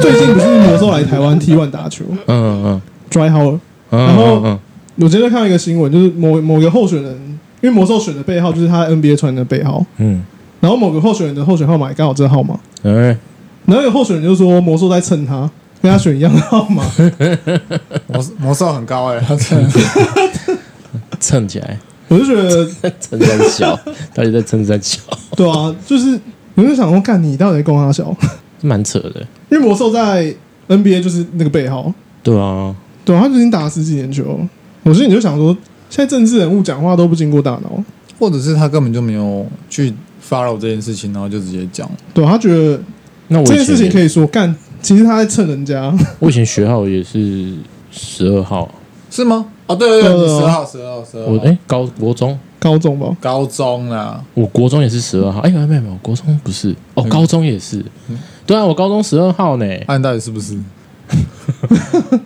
最近不是魔兽来台湾 T one 打球嗯嗯，Dry Howard，嗯，然后嗯嗯我今天看到一个新闻，就是某某个候选人，因为魔兽选的背号就是他 NBA 穿的背号，嗯，然后某个候选人的候选号码也刚好这号码，哎，然后有候选人就说魔兽在蹭他，跟他选一样的号码， 魔魔兽很高哎、他真的蹭起来， 我就觉得蹭三 小，到底在蹭三小，对啊，就是我就想说，干你到底在供他小？ 蛮扯的。因为魔兽在 NBA 就是那个背号，对啊，对、啊，他就已经打了十几年球了。我心里就想说，现在政治人物讲话都不经过大脑，或者是他根本就没有去 follow 这件事情，然后就直接讲。对、啊、他觉得那我这以件事情前可以说干，其实他在蹭人家。我以前学号也是十二号，是吗？哦，对对对，对你对十号，十号，十我号，哎高国中，高中吧，高中啊啦，我国中也是十二号，哎没有没有没有，国中不是，哦嗯高中也是，对啊，我高中十二号呢，啊，你到底是不是？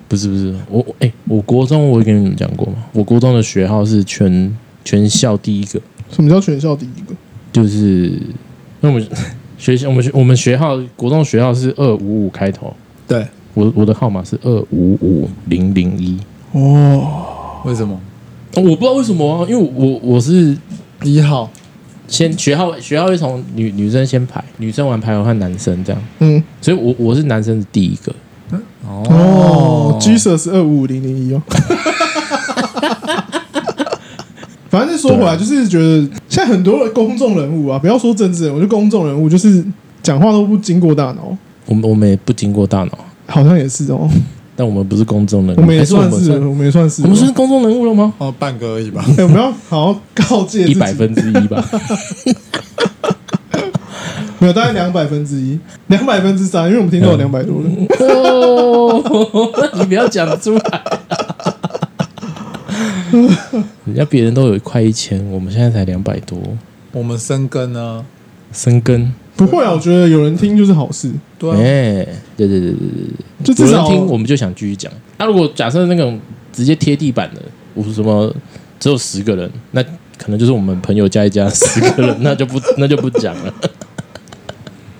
不是不是，我我哎我国中我有跟你们讲过吗？我国中的学号是全全校第一个，什么叫全校第一个？就是那我们学校我们学我们学号国中学号是二五五开头，对，我我的号码是二五五零零一，哦，为什么？我不知道为什么、啊，因为我我我是一号，先学号学号会从女女生先排，女生玩排我看男生这样，嗯，所以我我是男生的第一个，哦，Jesus 二五五零零一哦。 反正说回来，就是觉得现在很多的公众人物啊，不要说政治人物，就公众人物，就是讲话都不经过大脑，我们我们也不经过大脑，好像也是哦。但我们不是公众人物，我们也还是我算们是，我们也算是，哦我们算公众人物了吗？哦，半个而已吧。哎，我们要好好告诫一自百己，分之一吧，没有，大概两百分之一，两百分之三，因为我们听到两百多嗯人。哦， 你不要讲出来。人家别人都有快一千，我们现在才两百多，我们生根啊呢？生根。不会啊，我觉得有人听就是好事，哎、对啊，对对对对对就对，至有人少听我们就想继续讲。那、如果假设那种直接贴地板的，我什么只有十个人，那可能就是我们朋友加一加十个人， 那就不那就不讲了。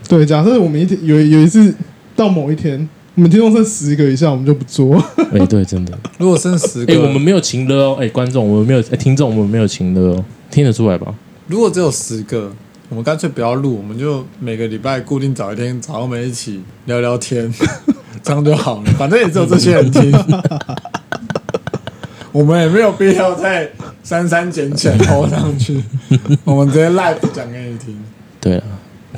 对。假设我们一天有有一次到某一天，我们听众剩十个以下，我们就不做。 哎、对，真的。如果生十哎、个，我们没有情了哦，哎、观众，我们没有，哎、听众，我们没有情了哦，听得出来吧？如果只有十个，我们干脆不要录，我们就每个礼拜固定找一天，找我们一起聊聊天， 这样就好了。反正也只有这些人听， 我们也没有必要再删删减减拖上 去，我们直接 live 讲给你听。对啊，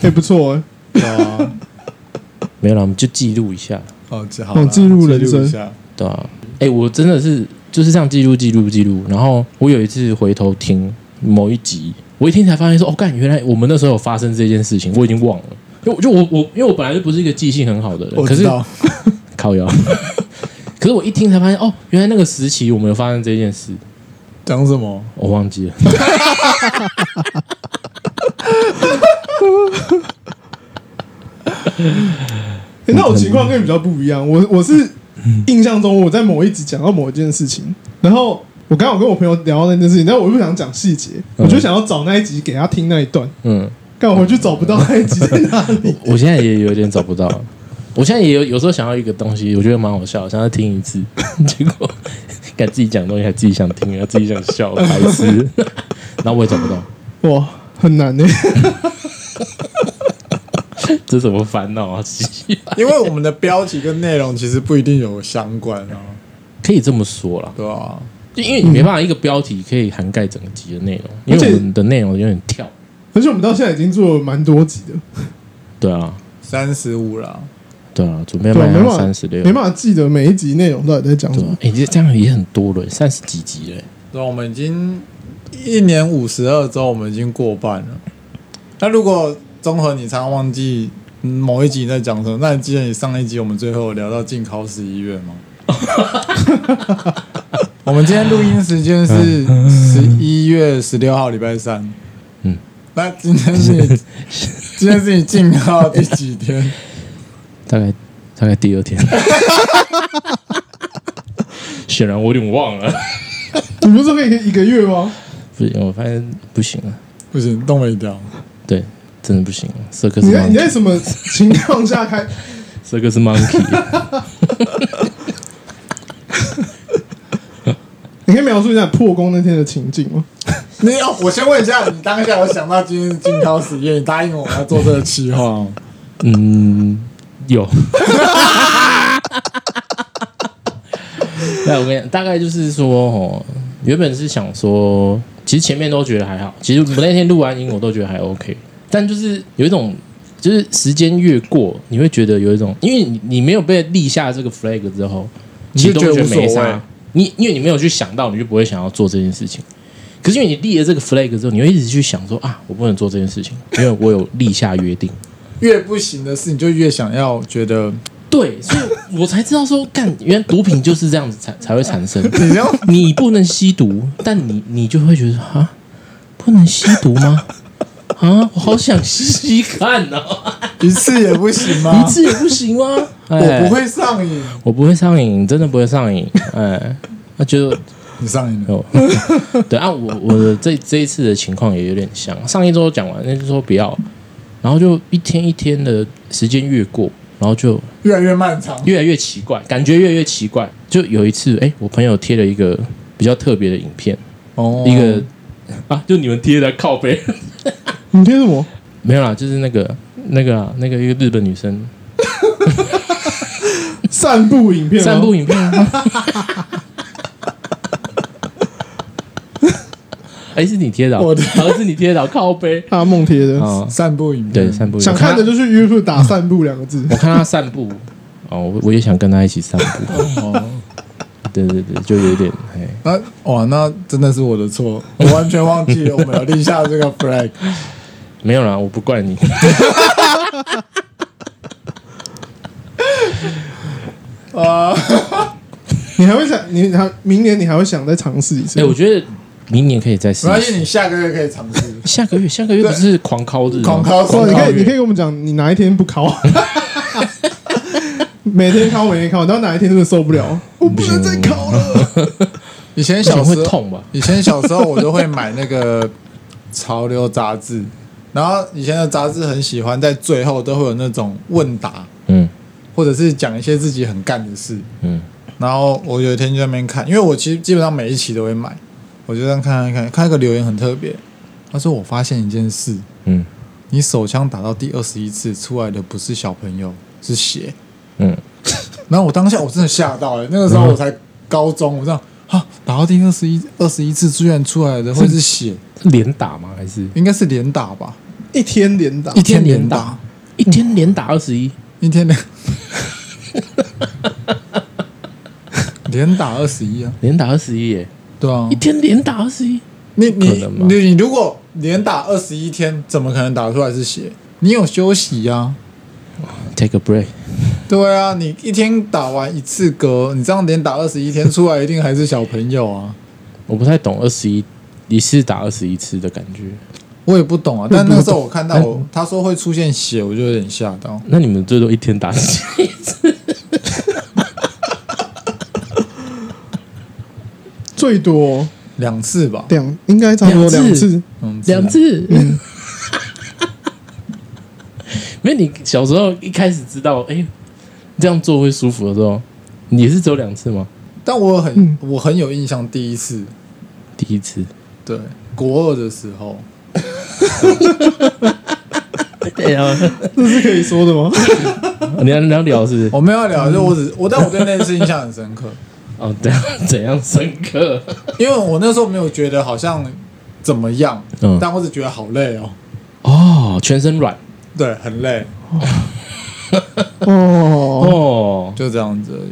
哎、不错、欸，对啊，没有啦，我们就记录一下，哦，好哦啦，记录人一生下对啊。哎、我真的是就是这样记录记录记录，然后我有一次回头听某一集，我一听才发现说，哦，干，原来我们那时候有发生这件事情，我已经忘了。因为我就我我因为我本来就不是一个记性很好的人，我可知是道，靠腰，可是我一听才发现，哦，原来那个时期我们有发生这件事，讲什么？我忘记了。欸那我情况跟你比较不一样，我我是印象中我在某一集讲到某一件事情，然后我刚好跟我朋友聊到那件事情，但我又不想讲细节，我就想要找那一集给他听那一段，嗯，。但我回去找不到那一集在哪里 我现在也有点找不到。我现在也有有时候想要一个东西，我觉得蛮好笑，想要听一次，结果 敢自己讲东西，还自己想听，然后自己想笑，白痴，然后我也找不到，哇，很难欸呢、这什么烦恼啊？奇奇因为我们的标题跟内容其实不一定有相关啊， 可以这么说啦，对啊，就因为你没办法一个标题可以涵盖整个集的内容，因而且为我们的内容有点跳，而且我们到现在已经做了蛮多集的，对啊，三十五啦，对啊，准备对，迈没向办法，三十六，没对办法记得每一集内容到底在讲什啊么。，哎、这这样也很多了，三十几集了、对，啊我们已经一年五十二周，我们已经过半了。那如果综合你常常忘记嗯某一集你在讲什么，那你记得你上一集我们最后有聊到禁考十一月吗？ 我们今天录音时间是十一月十六号，礼拜三。嗯，那今天是你今天是你禁考第几天？ 大概大概第二天。显然我有点忘了，你不是说可以一个月吗？不行，我发现不行了，不行，动没掉。对，真的不行了。Circus 你在你 Monkey，在什么情况下开？ Circus Monkey，你可以描述一下破功那天的情景吗？没有，我先问一下，你当下有想到今天进考实验，你答应我要做这个计划吗？嗯，有。 那我跟你讲，大概就是说，哦，原本是想说，其实前面都觉得还好，其实我那天录完音我都觉得还 OK，但就是有一种，就是时间越过，你会觉得有一种，因为你你没有被立下这个 flag 之后，你其就实都觉觉得无得所没谓啥。你因为你没有去想到，你就不会想要做这件事情。可是因为你立了这个 flag 之后，你会一直去想说啊，我不能做这件事情，因为我有立下约定。越不行的事，你就越想要觉 得对，所以我才知道说，干，原来毒品就是这样子才才会产生。你要你不能吸毒，但你你就会觉得啊，不能吸毒吗？ 啊，我好想吸吸看哦， 一次也不行吗 一？次也不行吗？哎啊我不，会上瘾，我不会上瘾，真的不会上瘾。哎，那就你上瘾了。 有，对啊，我我的这这一次的情况也有点像，上一周讲完，那就说不要，然后就一天一天的时间越过，然后就越来越漫长。越来越奇怪，感觉越来越奇怪。就有一次，哎、我朋友贴了一个比较特别的影片，哦一个啊，就你们贴的靠背，你贴什么？ 没有啦，就是那个那个啊，那个一个日本女生散步影片吗？散步影片、 啊。哎、是你贴的、我哦，的好像是你贴的哦、靠背阿梦贴的。啊，散步影对，片，散步。想看的我就去 YouTube 打“散步”两个字她，我看她散步，哦，我我也想跟她一起散步。哦，对对对，就有点哎。那哇，那真的是我的错，我完全忘记了我们有立下这个 flag。没有啦，我不怪你。啊，你还会想，你还明年你还会想再尝试一次哎、？我觉得明年可以再试没关一系，试。你下个月可以尝 试。下个月，下个月不是狂考日吗？狂考欸哇，我哦你可靠以，你可以跟我们讲，你哪一天不考？ 每天考，每天考，到哪一天真的受不了，我不能再考了。以前小小会时候痛吧？以前小时候我都会买那个潮流杂志，然后以前的杂志很喜欢在最后都会有那种问答，嗯或者是讲一些自己很干的事。嗯，然后我有一天就在那边看，因为我其实基本上每一期都会买，我就这样看看看，看一个留言很特别，他说我发现一件事，嗯你手枪打到第二十一次出来的不是小朋友，是血。嗯，然后我当下我真的吓到了、那个时候我才高中，我这样啊，打到第二十一二十一次居然出来的会是血，是连打吗？还是应该是连打吧，一天连打一，天连打，一天连打二十一？一天连， 连打二十一啊，连打二十一耶！对啊一，天连打二十一？你可你能吧你你如果连打二十一天，怎么可能打出来是血？你有休息呀、啊。 Take a break，对啊，你一天打完一次嗝，你这样连打二十一天出来，一定还是小朋友啊！ 我不太懂二十一一次打二十一次的感觉。我也不懂啊，但那时候我看到我哎他说会出现血，我就有点吓到。那你们最多一天打几次？最多两次吧，两，应该差不多两两次次。嗯， 两次？ 没有，你小时候一开始知道，哎、这样做会舒服的时候，你也是只有两次吗？但我很、嗯我很有印象，第一次第一次？对国二的时候，对呀、 这是可以说的吗？你要你要聊是不是？我没有聊，嗯就我只我但我对那次印象很 深刻，哦，怎样怎样深刻？因为我那时候没有觉得好像怎么样，嗯但我只觉得好累哦，哦，全身软对，很累，哦，哦。就这样子而已。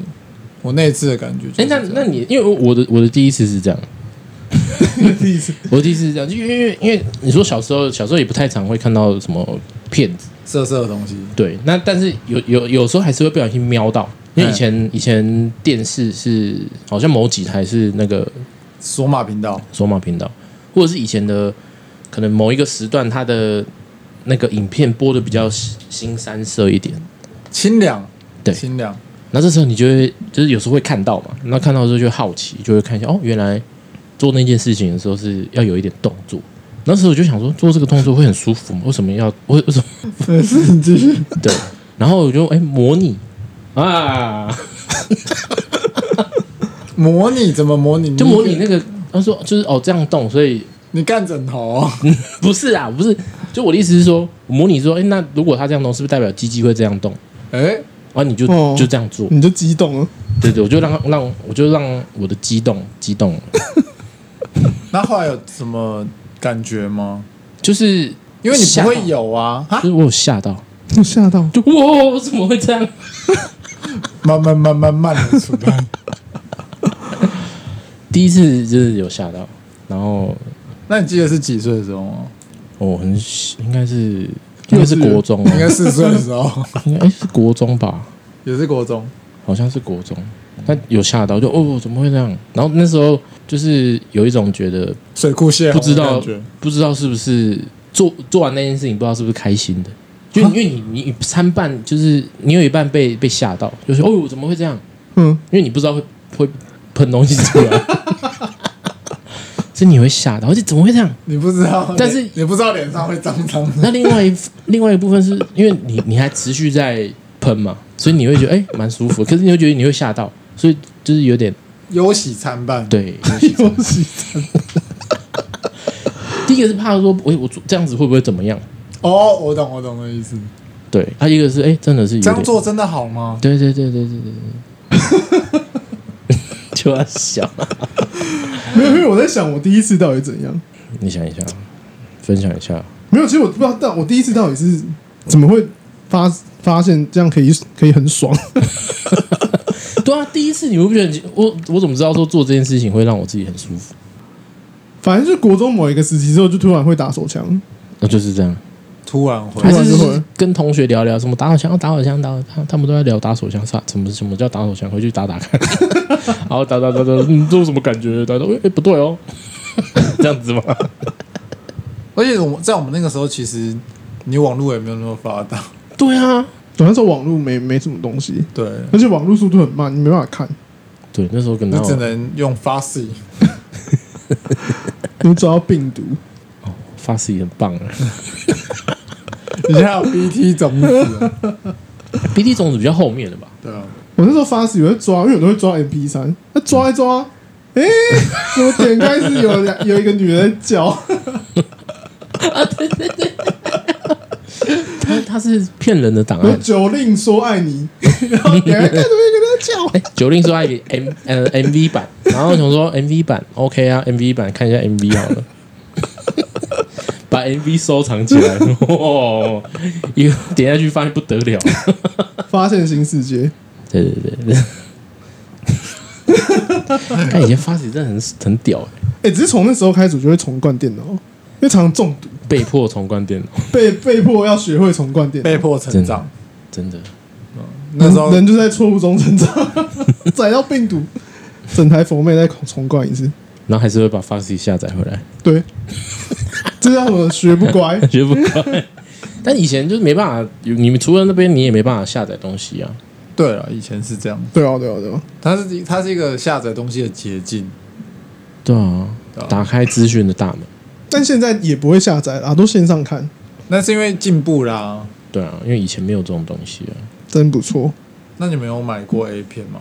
我那一次的感觉哎、就是这那那样，你因为我的我的第一次是这样， 第一次 我的第一次是这样，就因为因为因为你说小时候小时候也不太常会看到什么骗子，色色的东西，对，那但是有有有时候还是会不小心瞄到，因为以嗯前、以前电视是好像某几台是那个索马频道，索马频道，或者是以前的可能某一个时段它的那个影片播的比较新新三色一点，清凉，对清凉。那这时候你就会就是有时候会看到嘛，那看到的时候就会好奇，就会看一下哦，原来做那件事情的时候是要有一点动作。那时候我就想说，做这个动作会很舒服吗？为什么要为为什么没事，你继续。 对？然后我就哎、模拟啊，模拟怎么模拟？就模拟那个他说就是哦这样动，所以你干枕 头哦、不是啊，不是，就我的意思是说，模拟说，哎、那如果他这样动，是不是代表鸡鸡会这样动？哎、然后你就、哦就这样做，你就激动了，对对，我就让让我就让我的激动激动，那后来有什么感觉吗？就是因为你不吓会到有啊，哈就，是我有吓到，我吓到。 就哇，我怎么会这样？慢慢慢慢慢的出来。第一次就是有吓到，然后 那你记得是几岁的时候 吗？我、哦、很应该是应该是幼稚园国中、应哦，该四岁的时候， 应该诶是国中吧，也是国中。好像是国中，但有吓到就哦，怎么会这样？然后那时候就是有一种觉得水库泄洪不知道的感觉不知道是不是做做完那件事情，不知道是不是开心的，就因为你你你参半，就是你有一半被被吓到，就是哦，怎么会这样？嗯，因为你不知道会会喷东西出 来，所以你会吓到，而且怎么会这样？你不知道，但是你你不知道脸上会脏脏的。 那另外一另外一部分是因为你你还持续在喷嘛，所以你会觉得哎蛮、舒服，可是你会觉得你会吓到，所以就是有点忧喜参半。，对。恭喜第一个是怕说我我这样子会不会怎么样？哦，我懂，我懂的意思。对，还、有一个是哎、真的是有这点样做真的好吗？对对对对对对对， 就要想，没有，因为我在想我第一次到底怎样。你想一下，分享一 下，没有，其实我不知道，但我第一次到底是怎么会发发现这样可以可以很爽？ 对啊，第一次你会不觉得很我我怎么知道说做这件事情会让我自己很舒服？反正就国中某一个时期之后，就突然会打手枪，那就是这样，突然回突还然是就会就是跟同学聊聊什么打手枪，打手枪，打手枪，他们都在聊打手枪，啥什么什么叫打手枪，回去打打看，然后打打打打，你这有什么感觉？打打，哎、哎不对哦，这样子吗？而且我们在我们那个时候，其实你网络也没有那么发达，对啊，我那时候网络没没什么东西，对，而且网络速度很慢，你没办法看，对，那时候跟你他只能用 Fast。你找到病毒。发誓很棒啊。你现在有 BT 种子 啊， B D 种子比较后面的吧？对啊，我那时候发誓我会抓，因为我都会抓 MP 三，那抓一抓，哎、怎么点开是有两 有一个女人在叫？他他是骗人的档我案。九令说爱你，然后点开看怎么有一个人在叫？哎，九令说爱给 M 呃 MV 版，然后想说 MV 版 OK 啊，MV 版看一下 MV 好了， 把 MV 收藏起来， 哦，一个点下去发现不得了，发现新世界，对对对对，看以前发起真的很很屌、欸，哎、只是从那时候开始我就会重灌电脑，因为常常中毒，被迫重关电脑，被被迫要学会重灌电脑。被迫成长。真的那时候人就在错误中成长， 载到病毒，整台佛妹再重灌一次。然后还是会把 Foxy 下载回来， 对， 这让我学不乖。学不乖。但以前就是没办法，你们除了那边你也没办法下载东西啊。对了，以前是这样，对啊，对啊，对啊，它是它是一个下载东西的捷径。对啊，打开资讯的大门。但现在也不会下载啦，都线上看，那是因为进步啦。对啊，因为以前没有这种东西啊，真不错。那你们有买过 A 片吗？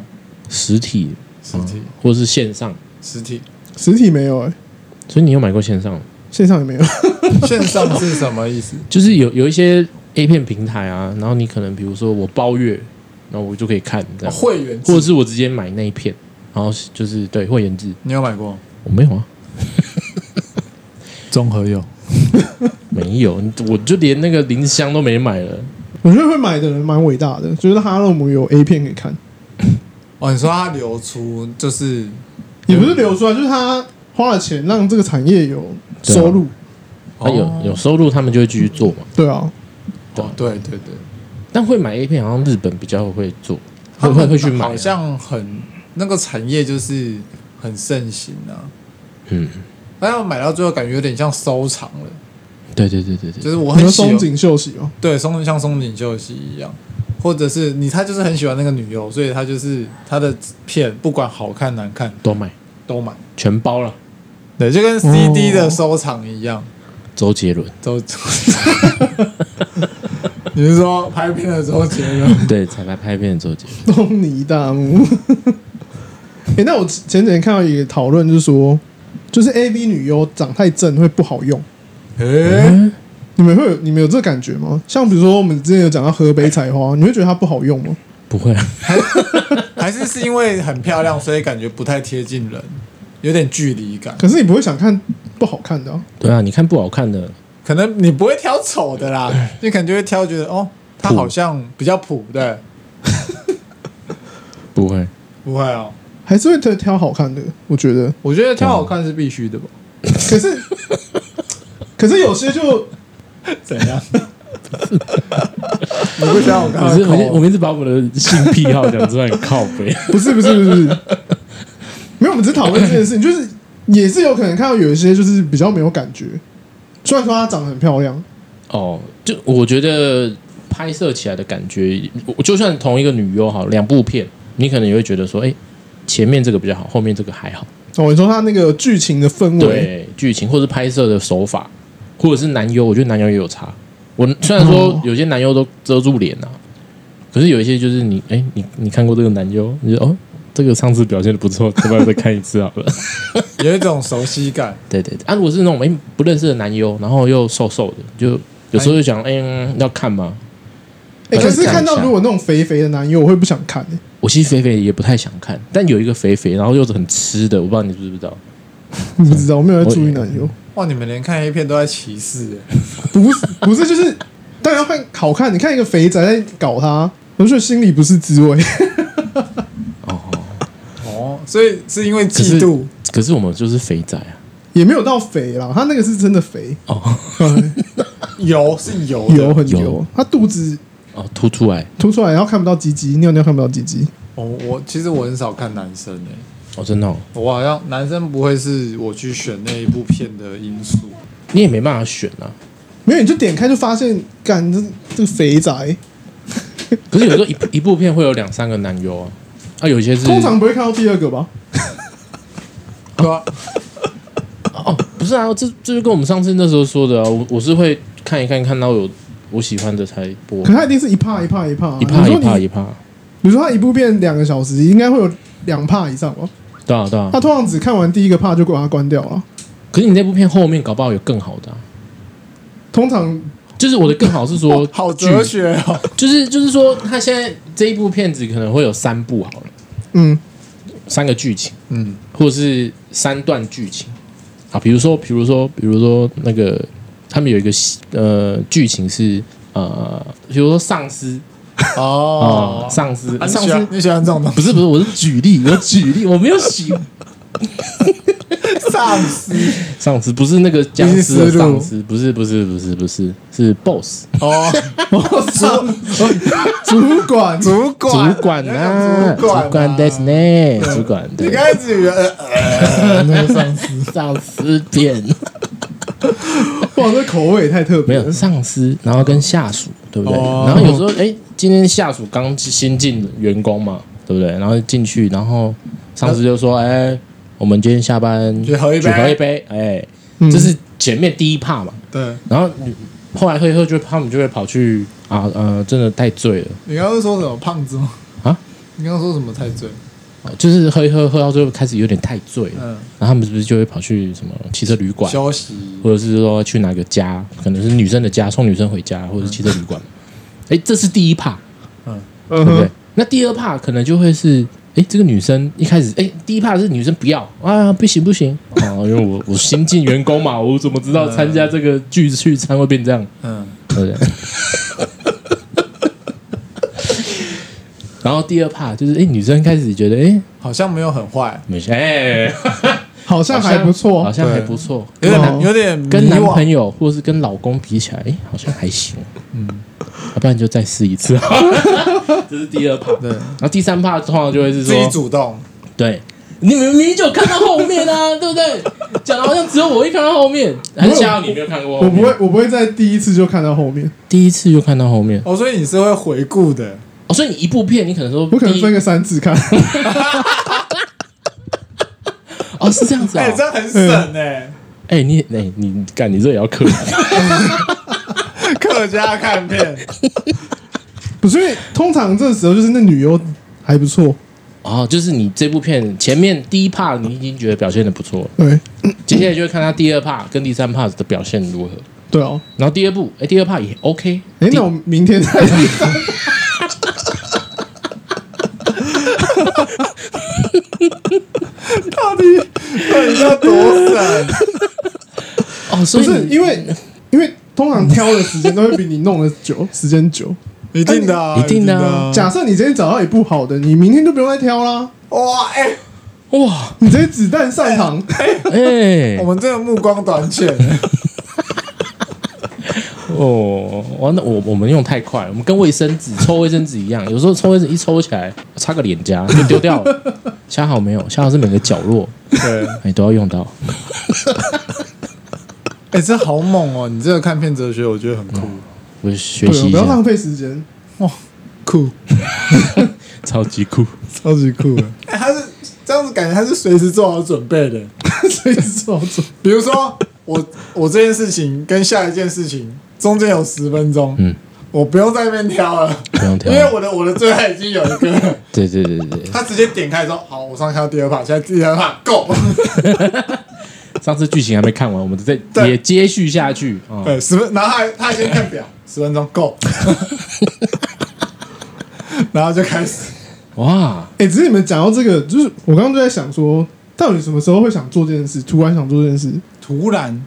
实体实体，或是线上，实体，实体没有哎、所以你有买过线上？线上也没有。 线上是什 么意思？就是有有一些 A 片平台啊，然后你可能比如说我包月，然后我就可以看这样，会员制啊或者哦是我直接买那一片，然后就是对会员制，你有买过？我没有啊，综合有。没有，我就连那个林香都没买了。我觉得会买的人蛮伟大的，就是他让我们有 A 片可以看，哦，你说它流出就是也不是流出来，就是他花了钱让这个产业有收入。那啊有有收入，他们就会继续做嘛。对啊，哦，对对对，但会买 A 片，好像日本比较会做，他会们会会去买啊、好像很那个产业就是很盛行啊。嗯，但要买到最后，感觉有点像收藏了，对对对对对就，是我你说很喜欢松井秀喜哦，对松像松井秀喜一样，或者是你他就是很喜欢那个女优，所以他就是他的片不管好看难看都买，都买。全包了。对，就跟哦 CD 的收藏一样，周杰伦，周。 你是说拍片的周杰伦？对，彩排拍片的周杰伦，东尼大 木。哎、那我前几天看到一个讨论，就是说，就是 A V 女优长太正会不好用。诶、 你们会有你们有这感觉吗？像比如说我们之前有讲到河北采花，你会觉得它不好用吗？不会啊，还是是因为很漂亮，所以感觉不太贴近人，有点距离感。可是你不会想看不好看的、啊，对啊，你看不好看的，可能你不会挑丑的啦，哎你可能就会挑觉得哦，他好像比较普，对，不会，不会哦。还是会挑挑好看的。我觉得，我觉得挑好看是必须的吧？可是 可是有些就怎 样？你不挑好看我的是口我是我们一直把我们的性癖好讲出来，很靠背。不是不是不是，不是没有，我们只是讨论这件事情，就是也是有可能看到有一些就是比较没有感觉，虽然说她长得很漂亮，哦，就我觉得拍摄起来的感觉，我就算同一个女优好，两部片，你可能也会觉得说，哎、前面这个比较好，后面这个还好。哦，你说她那个剧情的氛围，对剧情或是拍摄的手法，或者是男优，我觉得男优也有差。我虽然说哦有些男优都遮住脸啊，可是有一些就是你，哎、你你看过这个男优，你就哦，这个上次表现的不错，要不要再看一次好了？有一种熟悉感，对对对，啊，如果是那种哎、诶不认识的男优，然后又瘦瘦的，就有时候就想，哎、嗯要看吗？哎、可是看一到下如果那种肥肥的男友，我会不想看、欸。我其实肥肥也不太想看，但有一个肥肥，然后又是很吃的，我不知道你知不知道？我不知道，我没有在注意男友，哇！你们连看 A 片都在歧视、欸，不是不是，就是当然要看好看。你看一个肥宅在搞他，我就觉得心里不是滋味。 哦，所以是因为可嫉是妒，可是我们就是肥仔啊！也没有到肥啦，他那个是真的 肥，哦油是油的油很油有，他肚子哦，凸出来凸出来，然后看不到鸡鸡，尿尿看不到鸡鸡。哦，我其实我很少看男生诶、哦，真的、哦，我好像男生不会是我去选那一部片的因素。你也没办法选啊。没有，你就点开就发现，干这这个肥宅，嗯可是有时候一 一部片会有两三个男优啊，啊，有些是通常不会看到第二个吧？对啊，哦，不是啊，这这就跟我们上次那时候说的啊，我我是会看一看，看到有我喜欢的才播可，他一定是一帕一帕一帕、啊，一趴你一说趴你，一趴，比如说他一部片两个小时，应该会有两帕以上吧？对啊对啊他。通常只看完第一个帕就把它关掉了。可是你那部片后面搞不好有更好的、啊，通常就是我的更好是说好剧哲学哦。就是就是说他现在这一部片子可能会有三部好了，嗯， 三个剧情。嗯，或者是三段剧情啊，比如说，比如说，比如说那个他们有一个戏呃剧情是呃，比如说丧尸啊、哦，丧尸，啊你丧喜欢尸你喜欢这种东不是不是，我是举例，我举例，我没有举 西，丧尸丧尸，不是那个僵尸的丧尸，不是不是不是不是是 BOSS 哦， 主管主管，主管那啊，主种主管管啊 d e s n 主管你对刚开始以为呃呃那个丧尸，丧尸片哇，这口味也太特没别了有。上司，然后跟下属，对不对？嗯哦然后有时候，哎，今天下属刚新进员工嘛，对不对？然后进去，然后上司就说：“哎，我们今天下班去喝一杯去喝一杯。”哎，嗯这是前面第一趴嘛。对然后你后来喝一喝，就他们就会跑去啊呃，真的太醉了，你刚刚说什么胖子吗？啊，你刚刚说什么太醉？哦就是喝一喝，喝到最后开始有点太醉了。嗯，然后他们是不是就会跑去什么汽车旅馆，休息，或者是说去哪个家，可能是女生的家，送女生回家，或者是汽车旅馆。哎，这是第一趴。嗯，嗯对不对哼，？那第二怕可能就会是，哎，这个女生一开始，哎，第一怕是女生不要啊，不行不行啊，因为我我新进员工嘛， 我怎么知道参加这个聚聚餐会变这样，嗯，对不对？ 然后第二怕就是，哎，女生开始觉得，哎，好像没有很坏，没事， 哎，好像还不错好啊。像还不错，有哦点有点迷跟男惘朋友或是跟老公比起来，哎，好像还行，嗯，要不然就再试一次， 这是第二 怕。对，然后第三怕通常就会是自说己主动，对，你们明明就有看到后面啊，对不对？ 讲的好像只有我会看到后面，还是嘉豪你没有看过后我面？不会，我不会在第一次就看到后面。第一次就看到后面，哦，所以你是会回顾的，哦，所以你一部片，你可能说我可第能一分个三次看，哦，是这样子 啊、哎、哦这，样很省哎、哎、你哎、你干，你这也要磕？嗯客家看 片， 不是因为通常这时候就是那女优哎还不错， 哦，就是你这部片前面第一 part 你已经觉得表现的不错了，对接下来就会看他第二 part 跟第三 part 的表现如何。对哦。然后第二部，哎，第二 part 也 OK，哎，第那我们明 天再到底到底要多省？ 哦，所 不以是你因为因为通常挑的时间都会比你弄的 久，时间久。一定的、啊，一定的啊假设你今天找到一部好的，你明天就不用再挑啦，哇，哎、哇，你直接子弹上膛。哎我，们真的目光短 浅、哦，完了，我我们用太快，我们跟卫生纸抽卫生纸一样，有时候抽卫生纸一抽起来，擦个脸颊就丢掉了。恰好没有，恰好是每个角落对，哎都要用到。 哎、这好猛哦！你这个看片哲学，我觉得很酷，嗯我学对哦，习一不要下浪，费时间。酷，超级酷。超级酷的。哎、他是这样子，感觉他是随时做好准备 的。所以是这种做比如说，我我这件事情跟下一件事情中间有十分钟，嗯我不用在那边挑了，不用挑因为我的我的最爱已经有一个 了，对对对对，他直接点开说：“好，我上次看到第二 part，现在第三 part go。上次剧情还没看完，我们再对也接续下去啊。”对，十分，然后他还他还先看表，十分钟 go，然后就开始。哇，哎、只是你们讲到这个，就是我刚刚就在想说，到底什么时候会想做这件事？突然想做这件事，突然，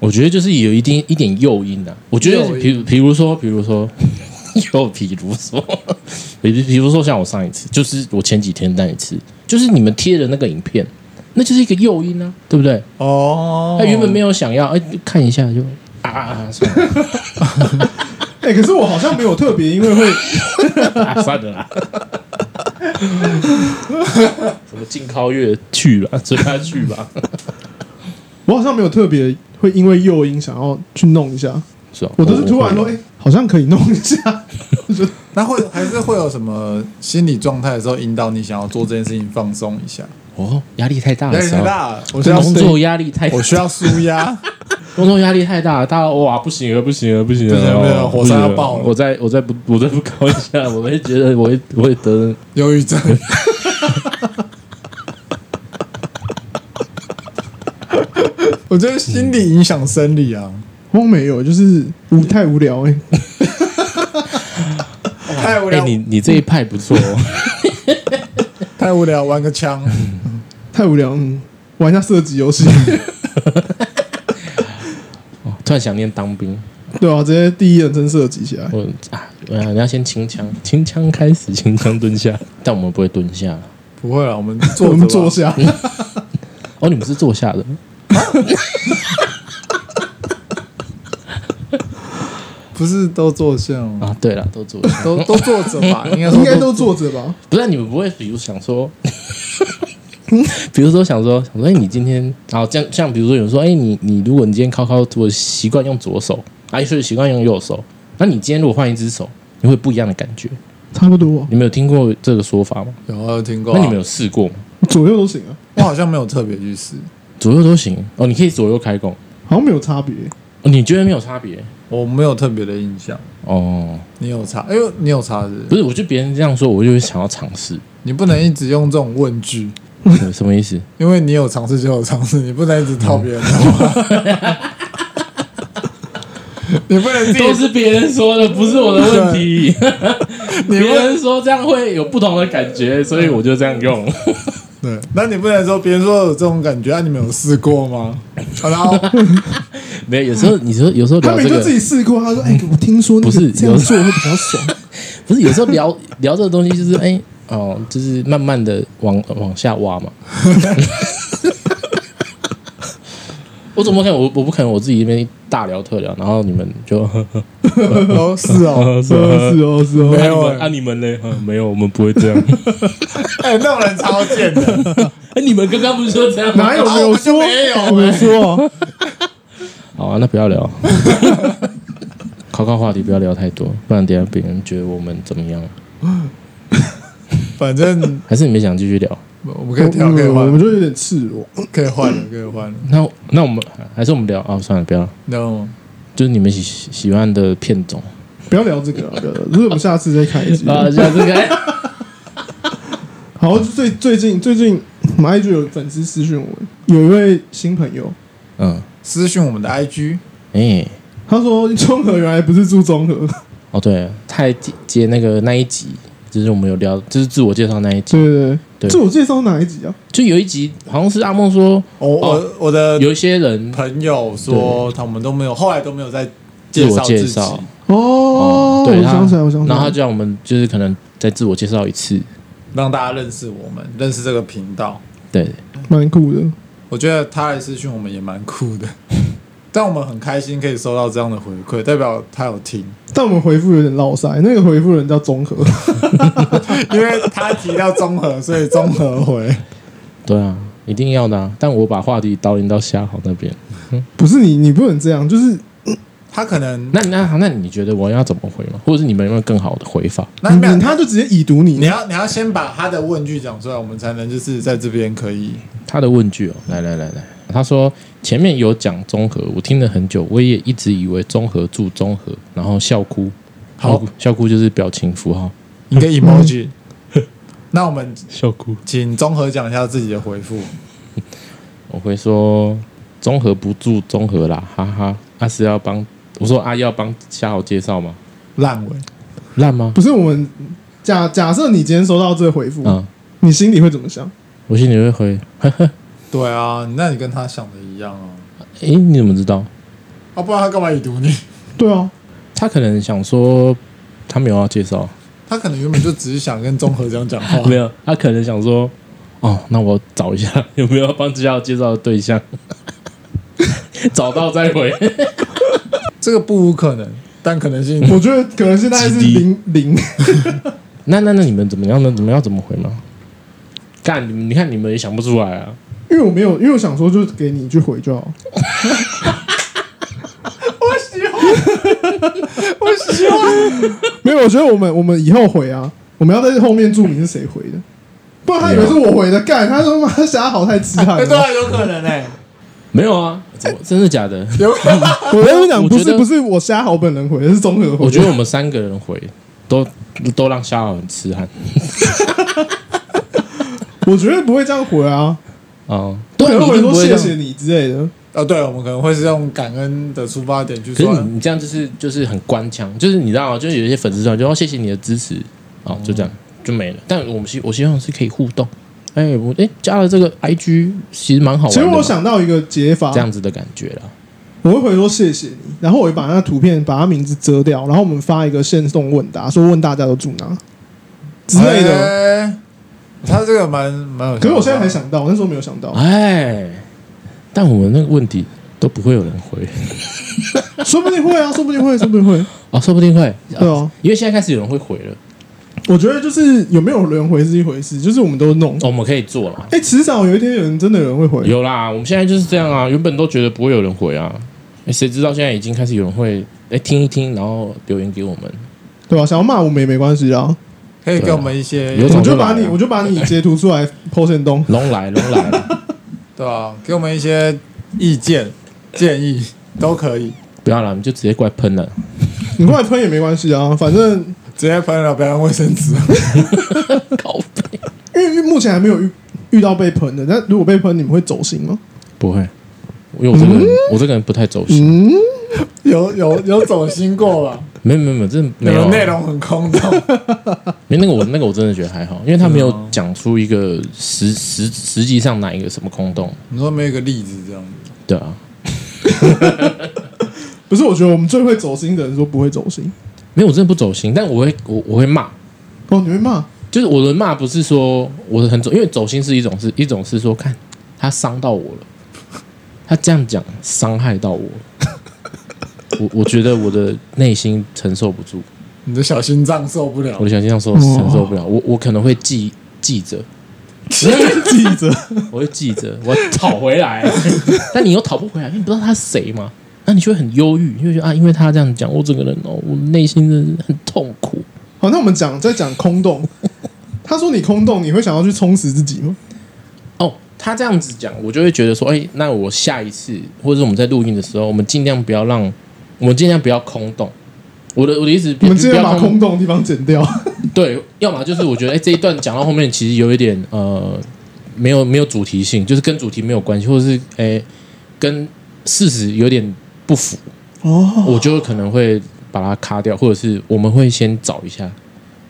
我觉得就是有一定一点诱因的、我觉得诱因比如比如说，比如说， 又比如说， 比如比如说像我上一次，就是我前几天那一次，就是你们贴的那个影片，那就是一个诱因啊，对不对？哦他原本没有想要，哎，看一下就啊啊啊，算了哎、可是我好像没有特别，因为会 啊，算了啦。 什么静靠月去 吧，随他去吧，我好像没有特别会因为诱因想要去弄一下，是吧？我都是突然说，哎、哦会好像可以弄一下，那会还是会有什么心理状态的时候，引导你想要做这件事情放松一下？哦，压力太大压的力时太候，大啊了，我需要工作舒，压力太，我需要舒压。工作压力太大，大家哇不行了，不行了，不行了，不行了哦不行了火山要不行爆了我再我再不我再不搞一下，我会觉得我会 我会得忧郁症。 我觉得心理影响生理啊，我没有，哦就是无太无聊哎、太无哎、聊，你你这一派不错、哦，太无聊，玩个枪，太无聊，嗯、玩一下射击游戏， 突然想念当兵，对啊，直接第一人称射击起来，我啊，我你要先清枪，清枪开始，清枪蹲 下，但我们不会蹲下啦不会了，我们我坐们着坐坐， 下，哦，你们是坐下的，不是都坐下吗？啊，对了，都坐下，都都坐着吧，应该说应该都坐着吧？不是啊你们不会，比如想说， 比如说想说，想说，哎、你今天，然后这样，像比如说有人说，哎、你你如果你今天靠靠，我习惯用左手，啊，所以习惯用右手，那你今天如果换一只手，你会不一样的感觉。差不多、啊你们有听过这个说法吗？有我有听过啊。那你们有试过吗？左右都行啊，我好像没有特别去试，左右都行哦，你可以左右开弓，好像没有差别、哦、你觉得没有差别我没有特别的印象。哦？你有查？哎呦，你有查是不是不是，我就别人这样说，我就会想要尝 试，你不能一直用这种问句，什什么意思？因为你有尝试就有尝试，你不能一直套别人的话。你不能自己都是别人说的，不是我的问 题。你别不人说这样会有不同的感觉，所以我就这样用。对，那你不能说别人说有这种感觉，那、啊你们有试过吗？好哦然后没有，有时候你说有时候他聊们啊这就自个，己试过，他 说：“哎、我听说那不个是这样做会比较爽。不是有时候聊 聊这个东西，就是哎、哦，就是慢慢的往往下挖嘛。 我怎么可能？我我不可能我自己那边大聊特聊，然后你们就哦是哦，是哦，是哦，是没哦。有 哎、啊你们嘞、没有，我们不会这样。哎、那种人超贱的， 哎，你们刚刚不是说这样吗哪？有没有说？啊我就没有我没有说。 好啊，那不要聊。 考考话题不要聊太多，不然等一下别人觉得我们怎么样？反正还是你们想继续聊？我们可以跳，可以我们换，就有点赤裸。可以换了，可以换了，那那我们还是我们聊啊、算了，不要了，你知道吗？就是你们喜喜喜欢的片种不要聊这个了，不要聊这个我们下次再开一集。 啊，像这个好，最最近最近，马一就有粉丝私讯我，有一位新朋友，嗯，私讯我们的 IG，哎、他说中和原来不是住中和，哦对了，他还接接那个那一集，就是我们有聊，就是自我介绍那一集，对对对 对，自我介绍哪一集啊？就有一集好像是阿梦说哦我我我的有一些人朋友说他们都没有，后来都没有再自介我绍介自己，绍，哦，对我他想起来，我想起来，然后他就让我们就是可能再自我介绍一次，让大家认识我们，认识这个频道。对，啊蛮酷的。我觉得他来私讯我们也蛮酷的， 但我们很开心可以收到这样的回馈，代表他有听，但我们回复有点落塞，那个回复人叫综 合，因为他提到综合，所以综合回。对啊，一定要的、啊。但我把话题导引到虾好那边。不是你，你不能这样，就是他可能那那那你觉得我要怎么回吗？或者是你们有没有更好的回法？那没有你他就直接已读你你，要你要先把他的问句讲出来，我们才能就是在这边可以他的问句哦，来来来来，他说前面有讲综合，我听了很久，我也一直以为综合住综合，然后笑哭，好笑哭笑哭就是表情符号，一个 emoji。那我们笑哭。请综合讲一下自己的回复。我会说综合不住综合啦，哈哈。阿、是要帮我说阿、要帮虾好介绍吗？烂尾，烂吗？不是我们假假设你今天收到这个回复，嗯，你心里会怎么想？我心里会回，呵呵。对啊，那你跟他想的一样啊，诶，你怎么知道？啊，不然他干嘛已读你？对啊，他可能想说他没有要介绍，他可能原本就只是想跟综合这样 讲话，没有，他可能想说，哦，那我找一下 有没有要帮家介绍的对象， 找到再回。这个不无可能，但可能性我 觉得可能现在是极低零零， 那那那你们怎么样呢？怎么样怎么回吗？干，你们你看你们也想不出来啊！因为我没有，因为我想说就给你一句回就 好。 我喜欢。没有，我觉得我们我们以后回啊，我们要在后面注明是谁回的，不然他以为是我回的。干，他说妈瞎好太痴汉哎，对了。啊，有可能哎，没有啊，怎么真的假的？有我跟你讲，我不觉是得不是我瞎好本人回的，是综合回。我觉得我们三个人回都都让夏浩很痴汉我绝对不会这样回啊，啊！我对，可能会你一定不说会这谢样谢你之类的。啊，对，我们可能会是用感恩的出发点去可说是，你你这样就是就是很官腔，就是你知道吗，就是有一些粉丝上就哦谢谢你的支持，哦就这样就没了。但我们希我希望是可以互动，哎、我哎、加了这个 IG 其实蛮好玩其的实嘛，我想到一个解法这，样子的感觉啦。我会回说谢谢你，然后我会把那图片把他名字遮掉，然后我们发一个线动问答，说问大家都住哪之类的。哎。他这个蛮蛮有想法，可是我现在才想到，我那时候没有想到，哎，但我们那个问题都不会有人回说不定会啊，说不定会，说不定会。哦，说不定会，对啊，因为现在开始有人会回了，我觉得就是有没有人回是一回事，就是我们都弄哦。我们可以做啦。哎、迟早有一天有人真的有人会回。有啦，我们现在就是这样啊，原本都觉得不会有人回啊，哎谁知道现在已经开始有人会哎听一听，然后留言给我们。对吧、啊想要骂我们也没关系啊，可以给我们一些有我种就就把来你，啊我就把你截图出来 po 线动。龙来龙来， 对啊，给我们一些意见、建议都可以，不要啦，你就直接过来喷了。你过来喷也没关系啊，反正直接喷了，不要用卫生纸。 靠背因为目前还没有遇遇到被喷的，那如果被喷，你们会走心吗？不会，因为我这个人，我这个人不太走心。嗯，有有有走心过吧？没有没有没有，真的你没有们啊内容很空洞，没那个我那个我真的觉得还好，因为他没真的有吗讲出一个实实实际上哪一个什么空洞。你说没有一个例子这样对啊，不是，我觉得我们最会走心的人说不会走心。没有我真的不走心，但我会我我会骂，哦，你会 骂？就是我的骂不是说我很走，因为走心是一种是一种是说看他伤到我了，他这样讲伤害到我了，我我觉得我的内心承受不住。你的小心脏受不了我，的小心脏受承受不了，我我可能会记记着，记着，我会记着，我讨回来，但你又讨不回来，因为你不知道他是谁嘛，那你就会很忧郁，你就会觉得啊，因为他这样讲，我整个人哦，我内心真的是很痛苦，好，那我们讲再讲空洞。 他说你空洞，你会想要去充实自己吗？哦，他这样子讲，我就会觉得说，哎、那我下一次或者是我们在录音的时候，我们尽量不要让，我们尽量不要空洞。我的我的意思，我们直不接要把空洞的地方剪 掉。对，要么就是我觉得，哎、这一段讲到后面其实有一点呃，没有没有主题性，就是跟主题没有关系，或者是哎、跟事实有点不符， 哦，我就可能会把它卡掉，或者是我们会先找一下，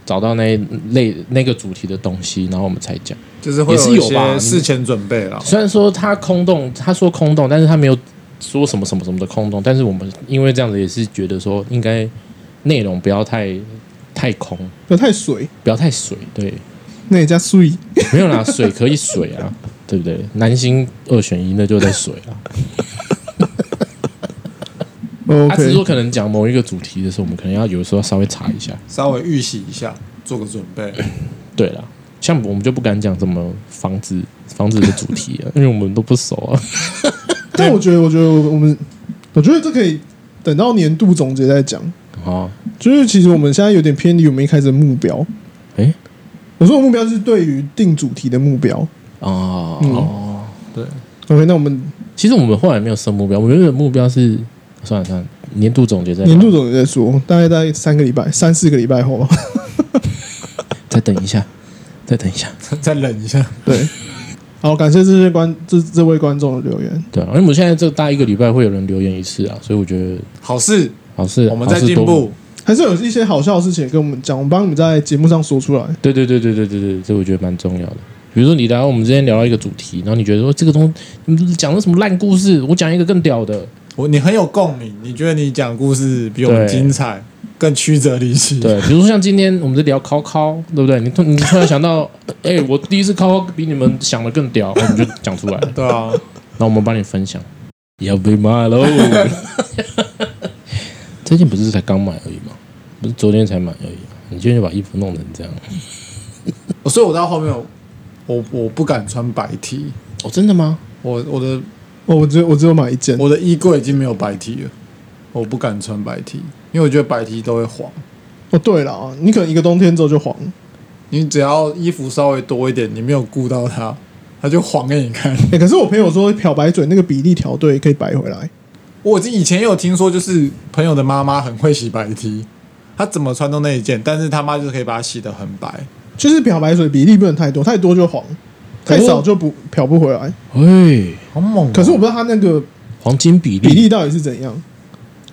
找到那一类那个主题的东西，然后我们才讲。就是会也是一有吧些事前准备啦。虽然说他空洞，他说空洞，但是他没有说什么什么什么的空洞，但是我们因为这样子也是觉得说，应该内容不要太太空，不要太水，不要太水，对，那也加水。没有啦，水可以水啊， 对不对？男星二选一，那就在水啊。他啊只是 OK，说可能讲某一个主题的时候，我们可能要有时候稍微查一下。稍微预习一下，做个准备。对啦，像我们就不敢讲什么房子房子的主题啊，因为我们都不熟啊。但我觉得，我觉得我们，我觉得这可以等到年度总结再讲。哦，就是其实我们现在有点偏离我们一开始的目标。诶我说我目标是对于定主题的目标。哦，对， OK，那我们其实我们后来没有设目标，我们原本目标是算了算了，年度总结再来年度总结再说，大概大概三个礼拜、三四个礼拜后吧。 再等一下， 再等一下，再忍一下。对， 好，感谢这些观这这位观众的留言。对啊，因为我们现在这大一个礼拜会有人留言一次啊，所以我觉得好事，好事，我们好在事进多磨步。还是有一些好笑的事情跟我们讲，我们帮你们在节目上说出来。对对对对对对对，这我觉得蛮重要的。比如说你聊我们之前聊到一个主题，然后你觉得说这个东西你们讲的什么烂故事，我讲一个更屌的，我你很有共鸣，你觉得你讲故事比我们对精彩，更曲折离奇。对，比如说像今天我们在聊考考，对不对？你突你突然想到，哎、我第一次考考比你们想的更屌，我们就讲出来了，对啊，然后我们帮你分享。要被骂喽！ 最近不是才刚买而已吗？不是昨天才买而已吗你今天就把衣服弄成这样？所以我到后面我我我不敢穿白 T，哦，真的吗？我我的哦，我只有我只有买一件，我的衣柜已经没有白 T 了，我不敢穿白 T，因为我觉得白 T 都会黄。哦，对了啊，你可能一个冬天之后就黄了。你只要衣服稍微多一点，你没有顾到它，它就黄给你看。哎、可是我朋友说漂白水那个比例调对可以白回来。我以前也有听说，就是朋友的妈妈很会洗白 T，她怎么穿都那一件，但是她妈就是可以把它洗得很白。就是漂白水比例不能太多，太多就黄，太少就不漂不回来。哎，好猛哦、可是我不知道它那个黄金比例比例到底是怎样。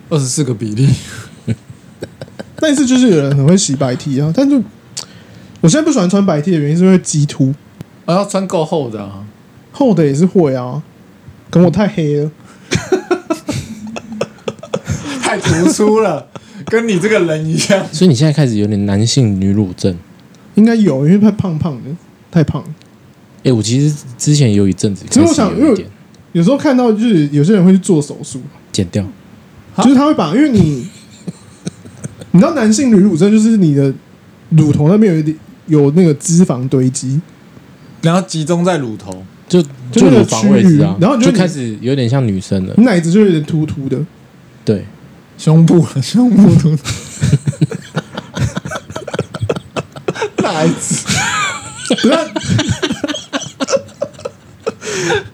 二十四个比例，但是就是有人很会洗白 T 啊，但是我现在不喜欢穿白 T 的原因是因为鸡突，我、哦要穿够厚的啊。厚的也是会啊，可能我太黑了。 太突出了， 跟你这个人一样。 所以你现在开始有点男性女乳症。应该有，因为太胖胖的，太胖了。哎、我其实之前有一阵子，其实我想因为有一点有时候看到就是有些人会去做手术，剪掉，啊就是他会把，因为你，你知道男性女乳症就是你的乳头那边有一点有那个脂肪堆积，然后集中在乳头，就就就那个乳房位置啊区域，然后你就就开始有点像女生了你。奶子就有点突突的。对，胸部， 胸部突出。哪一次？不啊要，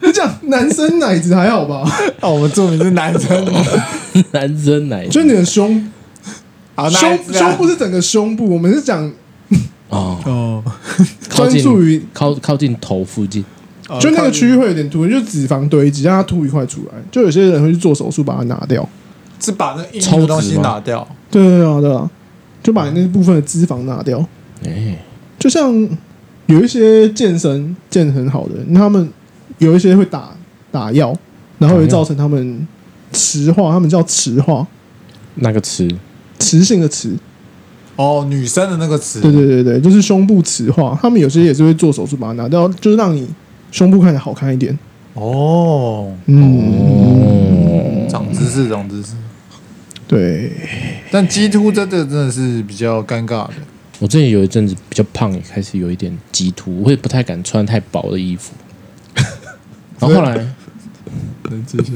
你讲男生奶子还好吧？哦，我们注明是男生。 男生奶就是你的胸好，哪一胸次啊胸部是整个胸部，我们是讲哦，哦，靠近专注于靠靠近头附近，哦就那个区域会有点凸，就是脂肪堆积，让它凸一块出来。就有些人会去做手术把它拿掉。是把那个硬的东抽脂西吗拿掉。对对啊，对啊，就把那部分的脂肪拿掉。哎、就像有一些健身健得很好的人，他们有一些会打打药，然后打会药造成他们迟化，他们叫迟化，那个词迟性的迟。哦，女生的那个词。对对对对，就是胸部迟化，他们有些也是会做手术把它拿掉，就是让你胸部看起来好看一点。哦，嗯，哦长知识，长知识。对，但鸡突真的真的是比较尴尬的。我之前有一阵子比较胖，也开始有一点激突，我也不太敢穿太薄的衣 服。然后后来能接下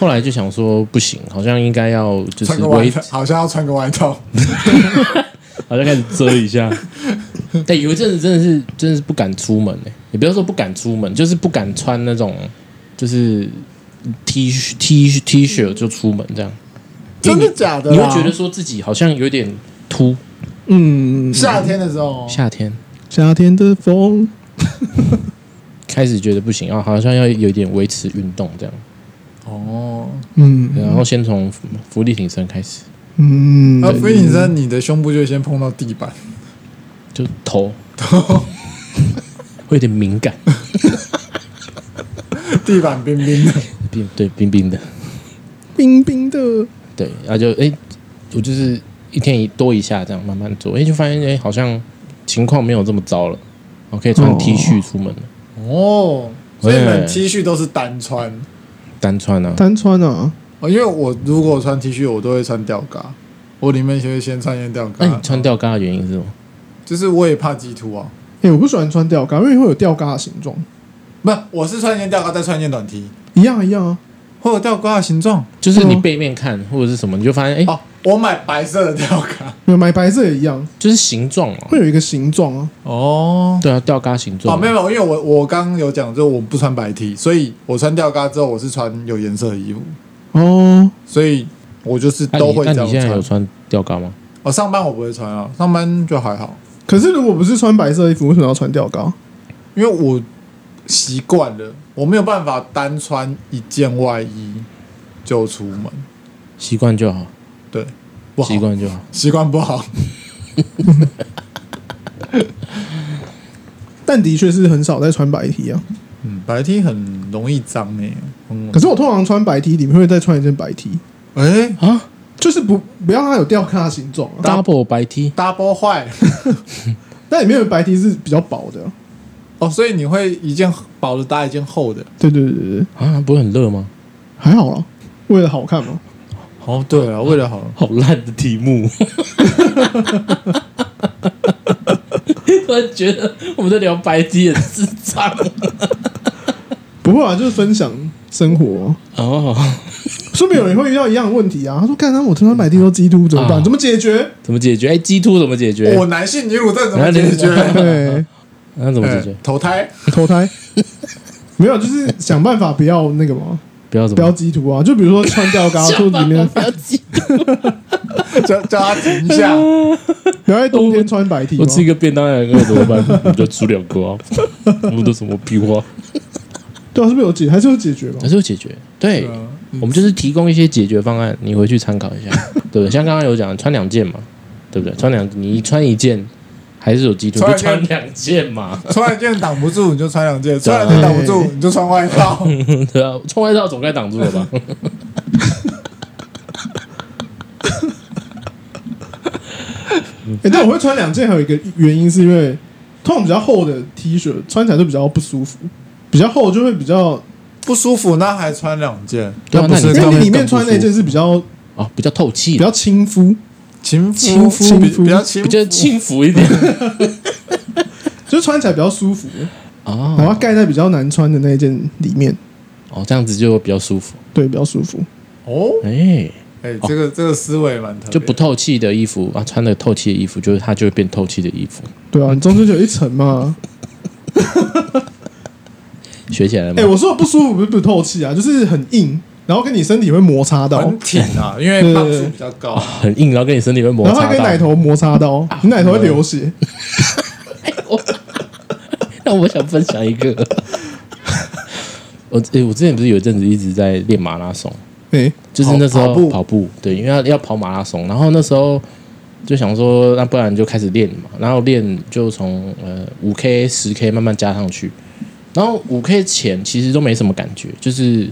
后来就想说不行，好像应该要就是穿个外维套，好像要穿个外套。然后就开始遮一下。但有一阵子真的是，真的是不敢出门欸也不要说不敢出门，就是不敢穿那种就是 T 恤 T 恤 T 恤就出门这样。真的假的啊你啦？会觉得说自己好像有点秃。嗯，夏天的时候哦，夏天夏天的风，开始觉得不行啊，好像要有一点维持运动这样。哦，嗯然后先从浮浮力挺身开始，嗯那飞影身你的胸部就先碰到地板， 就头头 会有点敏感，地板冰冰的，冰对冰冰的。冰冰的，对，然后就哎、我就是一天一多一下这样慢慢做，哎、就发现哎、好像情况没有这么糟了，我可以穿哦 T 恤出门了， 哦，所以你哎们 T 恤都是单穿单穿啊，单穿啊，哦，因为我如果穿 T 恤，我都会穿吊嘎，我里面就会先穿一件吊那嘎你，穿吊嘎的原因是什么？就是我也怕鸡突啊，哎，我不喜欢穿吊嘎，因为会有吊嘎的形状，不，我是穿一件吊嘎再穿一件短 T，一样啊一样啊，会有吊嘎的形状就是你嗯背面看或者是什么，你就发现哎、哦。我买白色的吊嘎没有买白色也一样，就是形状哦、会有一个形状啊，哦。对啊，吊嘎形哦，状、没有，没有，因为我我刚刚有讲，就我不穿白 T，所以我穿吊嘎之后，我是穿有颜色的衣服，哦，所以我就是那都你会那这你现在样有穿。穿吊嘎吗？我、上班我不会穿啊，上班就还好，可是如果不是穿白色的衣服，为什么要穿吊嘎？因为我习惯了，我没有办法单穿一件外衣就出门，习惯就好，对，不好习，惯就好。习惯不好。但的确是很少在穿白 T 啊，嗯，白 T 很容易脏诶、嗯可是我通常穿白 T 里面会再穿一件白 T，哎、啊就是不不要它有吊嘎的形状啊， ，double 白 T， d o u b l e 坏但里面的白 T 是比较薄的啊，哦，所以你会一件薄的搭一件厚的。对对对对对，啊，不会很热吗？还好啦，为了好看嘛，哦，对啊，为了好，好烂的题目， 突然觉得我们在聊白鸡很智障不会啊，就是分享生活、啊。哦，说不定有人会遇到一样的问题啊！他说：“干，那我天天买地都基督怎么办？啊怎么解 决怎么解决？哎、鸡突怎么解决？我男性女乳症怎么解哦决？？”对，那怎么解决哎？投胎 投胎没有，就是想办法不要那个嘛，不要怎不么要基督啊！就比如说穿 吊嘎想裤里面，不要哦鸡。叫叫他停一 下，不要在冬天穿白 T 嘛我。吃一个便当两个怎么办？你就出两个 啊，我们都什么屁话？对啊，是不是有解？还是有解决嘛还？是有解决？对，对啊我们就是提供一些解决方案，你回去参考一 下，对不对？像刚刚有讲穿两件嘛，对不对？穿两，你穿一件还是有鸡突，穿就一件穿两件嘛。穿一件挡不住你就穿两件，穿两件挡不住你就穿 外套。对啊，冲外套总该挡住了吧？嗯哎，但我会穿两件，还有一个原因是因为通常比较厚的 T 恤穿起来就比较不舒服，比较厚就会比较，不舒服，那还穿两件，对啊那不那是这因样为会你里更面不穿舒那服件是比较哦，比较透气，比较亲肤，情夫情夫比比较亲比较轻浮 一点就是穿起来比较舒服，然哦后盖在比较难穿的那一件里面，哦，这样子就比较舒服。对，比较舒服。哦。哎、哎、这个这个思维蛮特别哦的，就不透气的衣服啊，穿的透气的衣服，就是它就会变透气的衣服。对啊，你中间就有一层嘛。学起来了吗？哎、我说的不舒服不是不透气啊，就是很硬，然后跟你身体会摩擦到，很挺 啊，因为磅数比较高。很硬，然后跟你身体会摩然后擦还跟到。奶头摩擦到，啊你奶头会流血。那我想分享一个， 我、哎诶我之前不是有一阵子一直在练马拉松，哎、就是那时候跑跑步对，因为要要跑马拉松，然后那时候就想说，那不然就开始练嘛，然后练就从呃五 K、十 K 慢慢加上去，然后五 K 前其实都没什么感觉，就是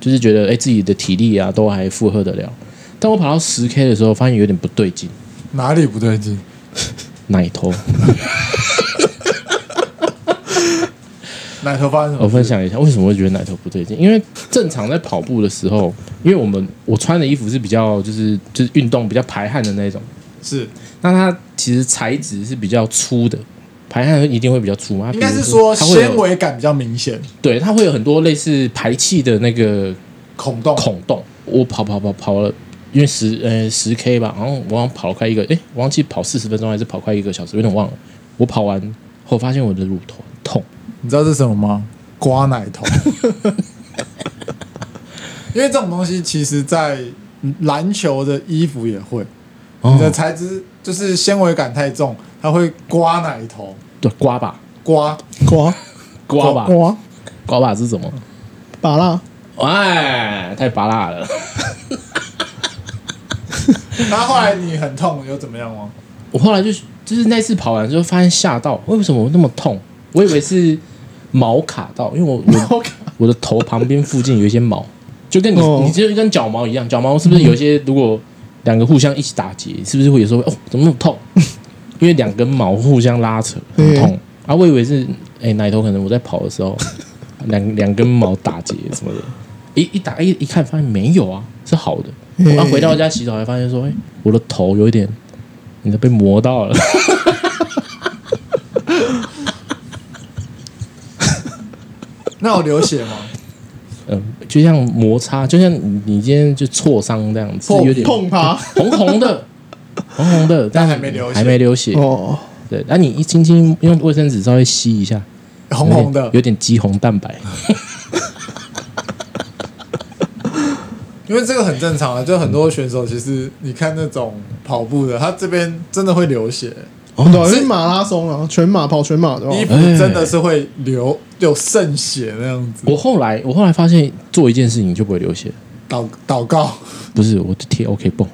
就是觉得哎、诶自己的体力啊都还负荷得了，但我跑到十 K 的时候，发现有点不对劲，哪里不对劲？奶头。奶头发生什么？我分享一下为什么会觉得奶头不对劲，因为正常在跑步的时候，因为我们我穿的衣服是比较就是就是运动比较排汗的那种，是那它其实材质是比较粗的，排汗一定会比较粗嘛。它应该比是如说它会纤有维感比较明显，对，它会有很多类似排气的那个孔洞孔洞。我跑跑跑跑了因为十呃十 K 吧，然后我好像跑快一个，诶，我忘记跑四十分钟还是跑快一个小时，有点忘了。我跑完后发现我的乳头很痛，你知道这是什么吗？刮奶 头。因为这种东西，其实在篮球的衣服也会，你的哦，材质就是纤维感太重，它会刮奶头，对，刮吧，刮刮刮哦吧，刮刮吧是什么？拔蜡，哎，太拔辣了。然后后来你很痛，有怎么样吗？我后来就是就是那次跑完之后，发现吓到，为什么我那么痛？我以为是毛卡到，因为我我 OK，我的头旁边附近有一些毛， 就跟你、哦你就跟脚毛一样，脚毛是不是有一些如果两个互相一起打结，是不是会有时候会哦怎么那么痛？ 因为两根毛互相拉扯很痛啊！我以为是哎、奶头，可能我在跑的时候 两两根毛打结什么的，一一打一一看发现没有啊，是好的。我刚回到家洗澡才发现说，哎、我的头有一点，你的被磨到了。 那有流血 吗？嗯，就像摩擦，就像你你今天就挫伤这样子，碰有点碰它红红 的，红红的，但是还没流血还没流血。哦，对，啊那、你一轻轻用卫生纸稍微吸一下，红红有的点，有点肌红蛋 白。因为这个很正常啊。就很多选手，其实你看那种跑步的，他这边真的会流血，嗯对啊，是是马拉松啊，全马跑全马的衣服哦，真哎的是会流，有渗血那样子。我后来我后来发现，做一件事情就不会流血，祷祷告，不是我就贴 OK 绷，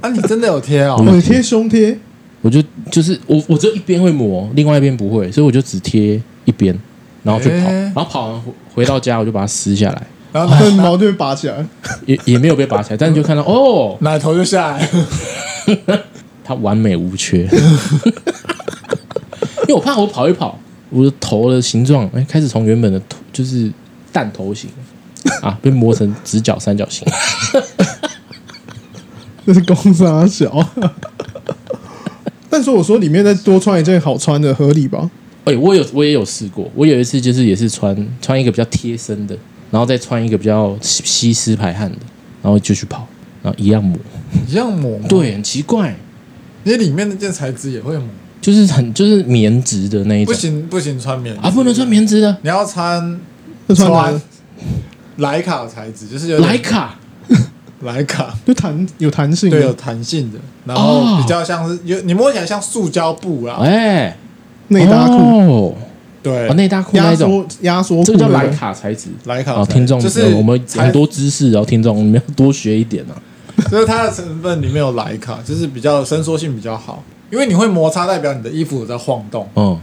啊，你真的有贴 哦？我贴胸贴，我就就是我我只有一边会磨，另外一边不会，所以我就只贴一边，然后就跑，诶然后跑完回回到家我就把它撕下来，然后对， 奶毛就会拔起来，也也没有被拔起来，但是就看到哦，奶头就下来，它完美无缺。 因为我怕我跑一跑，我的头的形状哎、开始从原本的头就是蛋头形 啊，被磨成直角三角形。这是公差小。但是我说里面再多穿一件好穿的合理吧？哎、我有我也有试过，我有一次就是也是穿穿一个比较贴身的，然后再穿一个比较吸吸湿排汗的，然后就去跑，然后一样磨。你这样抹吗，对，很奇怪，你里面那件材质也会抹。就是很就是棉质的那一不种行不行，穿棉啊，不能穿，棉质的，你要穿那穿穿的莱卡材质，就是有莱点卡莱卡，就弹有弹性对，有的弹性的，然哦后比较像是有你摸起来像塑胶布啦，哎内搭裤，哦，对哦，内搭裤那压一种，缩压缩裤，这个叫莱。卡材质。莱卡啊，材质，听众，就是呃我们材很多，知识，然后听众你们要多学一点啊。就是它的成分里面有莱卡，就是比较伸缩性比较好，因为你会摩擦，代表你的衣服有在晃动，嗯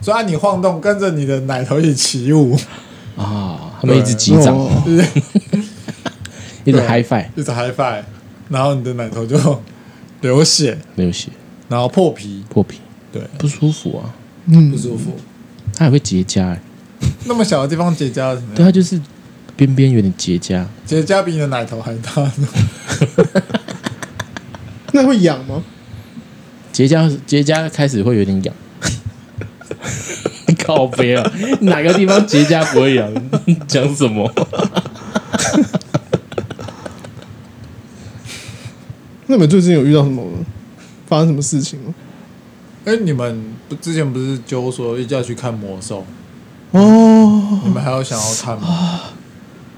所以啊按你晃动，跟着你的奶头一起起舞，啊，他们一直击掌，哦，一直对 high five，一直 high five，然后你的奶头就 流血，流血然后破皮，破皮，对，不舒服啊，嗯不，舒服。它还会结痂哎。那么小的地方结痂怎么对，样？它就是边边有点结痂，结痂比你的奶头还大呢。 那会痒吗？结痂结痂开始会有点痒。 靠背啊，哪个地方结痂不会痒？ 讲什么？那你们最近有遇到什么发生什么事情吗？哎、你们不之前不是揪说要去看魔兽，哦，你们还有想要看啊吗？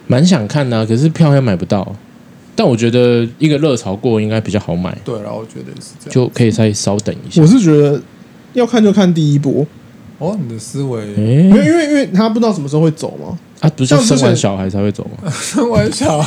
蛮想看的啊、可是票又买不到。但我觉得一个热潮过应该比较好买，对了，我觉得也是这样。就可以再稍等一下我。是觉得要看就看第一波，哦，你的思维 因为哎，因为因为他不知道什么时候会走嘛，啊，不是像之前生完小孩才会走吗？开玩笑，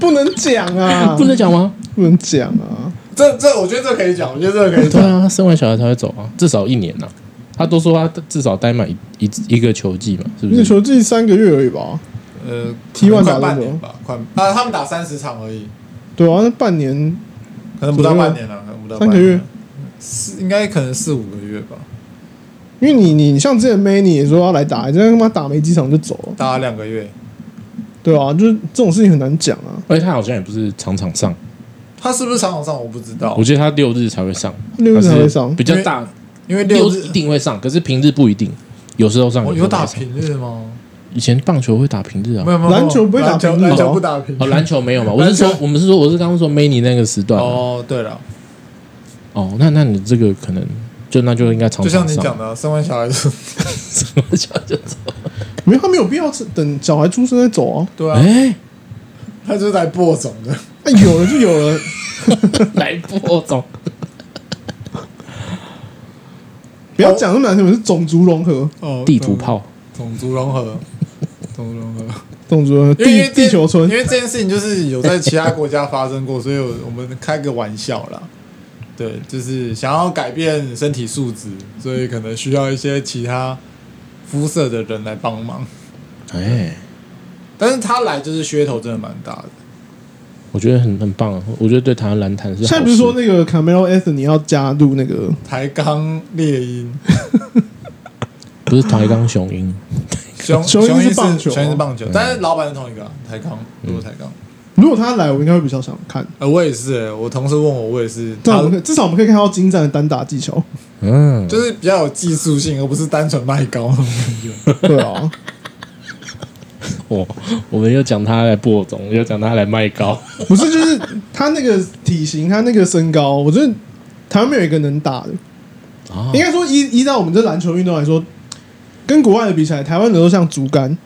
不能讲啊， 不能讲吗？不能讲啊，这这我觉得这可以讲，我觉得这个可以对呃讲。啊，生完小孩才会走啊，至少一年呐、啊。他都说他至少待满一一一个球季嘛，是那不是？球季三个月而已吧，呃 T1 快打半多久年吧，快啊，他们打三十场而已，对啊，那半年可能不到半年了，可能不到半三个月年，四应该可能四五个月吧，因为你你像之前 Many 也说要来打，现在他妈打没几场就走了，打了两个月。对啊，就是这种事情很难讲啊，而且他好像也不是场场上，他是不是常场上我不知道我，记得他六日才会上，六日才会上但是比较大，因为六六日日一定会上，可是平日不一定，有时候上哦我时有候不打上。平日吗？以前棒球会打平日啊没，有没有，篮球不会打篮球平日篮球哦不打平。哦，篮球没有嘛？我是说篮，我们是说，我是刚刚说 mini 那个时段啊。哦，对了，哦，那那你这个可能就那就应该常就像常你讲哦上，的啊，生完小孩子，没有他没有必要等小孩出生再走啊，对啊，哎， 他就是来播种的。那哎有了就有了， 来播种，不要讲那么难听，我们是种族融合，哦，地图炮，种，种族融合，种族 融合。种族融合因为因为地这地球村因，为这件事情就是有在其他国家发生过，所以我们开个玩笑啦。对，就是想要改变身体素质，所以可能需要一些其他肤色的人来帮忙。哎，但是他来就是噱头，真的蛮大的。我觉得很很棒啊，我觉得对台湾篮坛是好事。现在不是说那个 Camelo Anthony 要加入那个抬杠猎 鹰，不是台钢雄鹰，雄雄鹰鹰是棒球雄鹰是棒球嗯，但是老板是同一个啊抬杠，如果抬杠，如果他来，我应该会比较想看。呃，我也是、欸，我同事问我，我也是，至少我他们可以至少我们可以看到精湛的单打技巧，嗯，就是比较有技术性，而不是单纯卖高。对啊，我我们又讲他来播种，又讲他来卖高，不是就是他那个体型，他那个身高，我觉得台湾没有一个能打的。啊应该说依依照我们这篮球运动来说，跟国外的比起来，台湾人都像竹竿，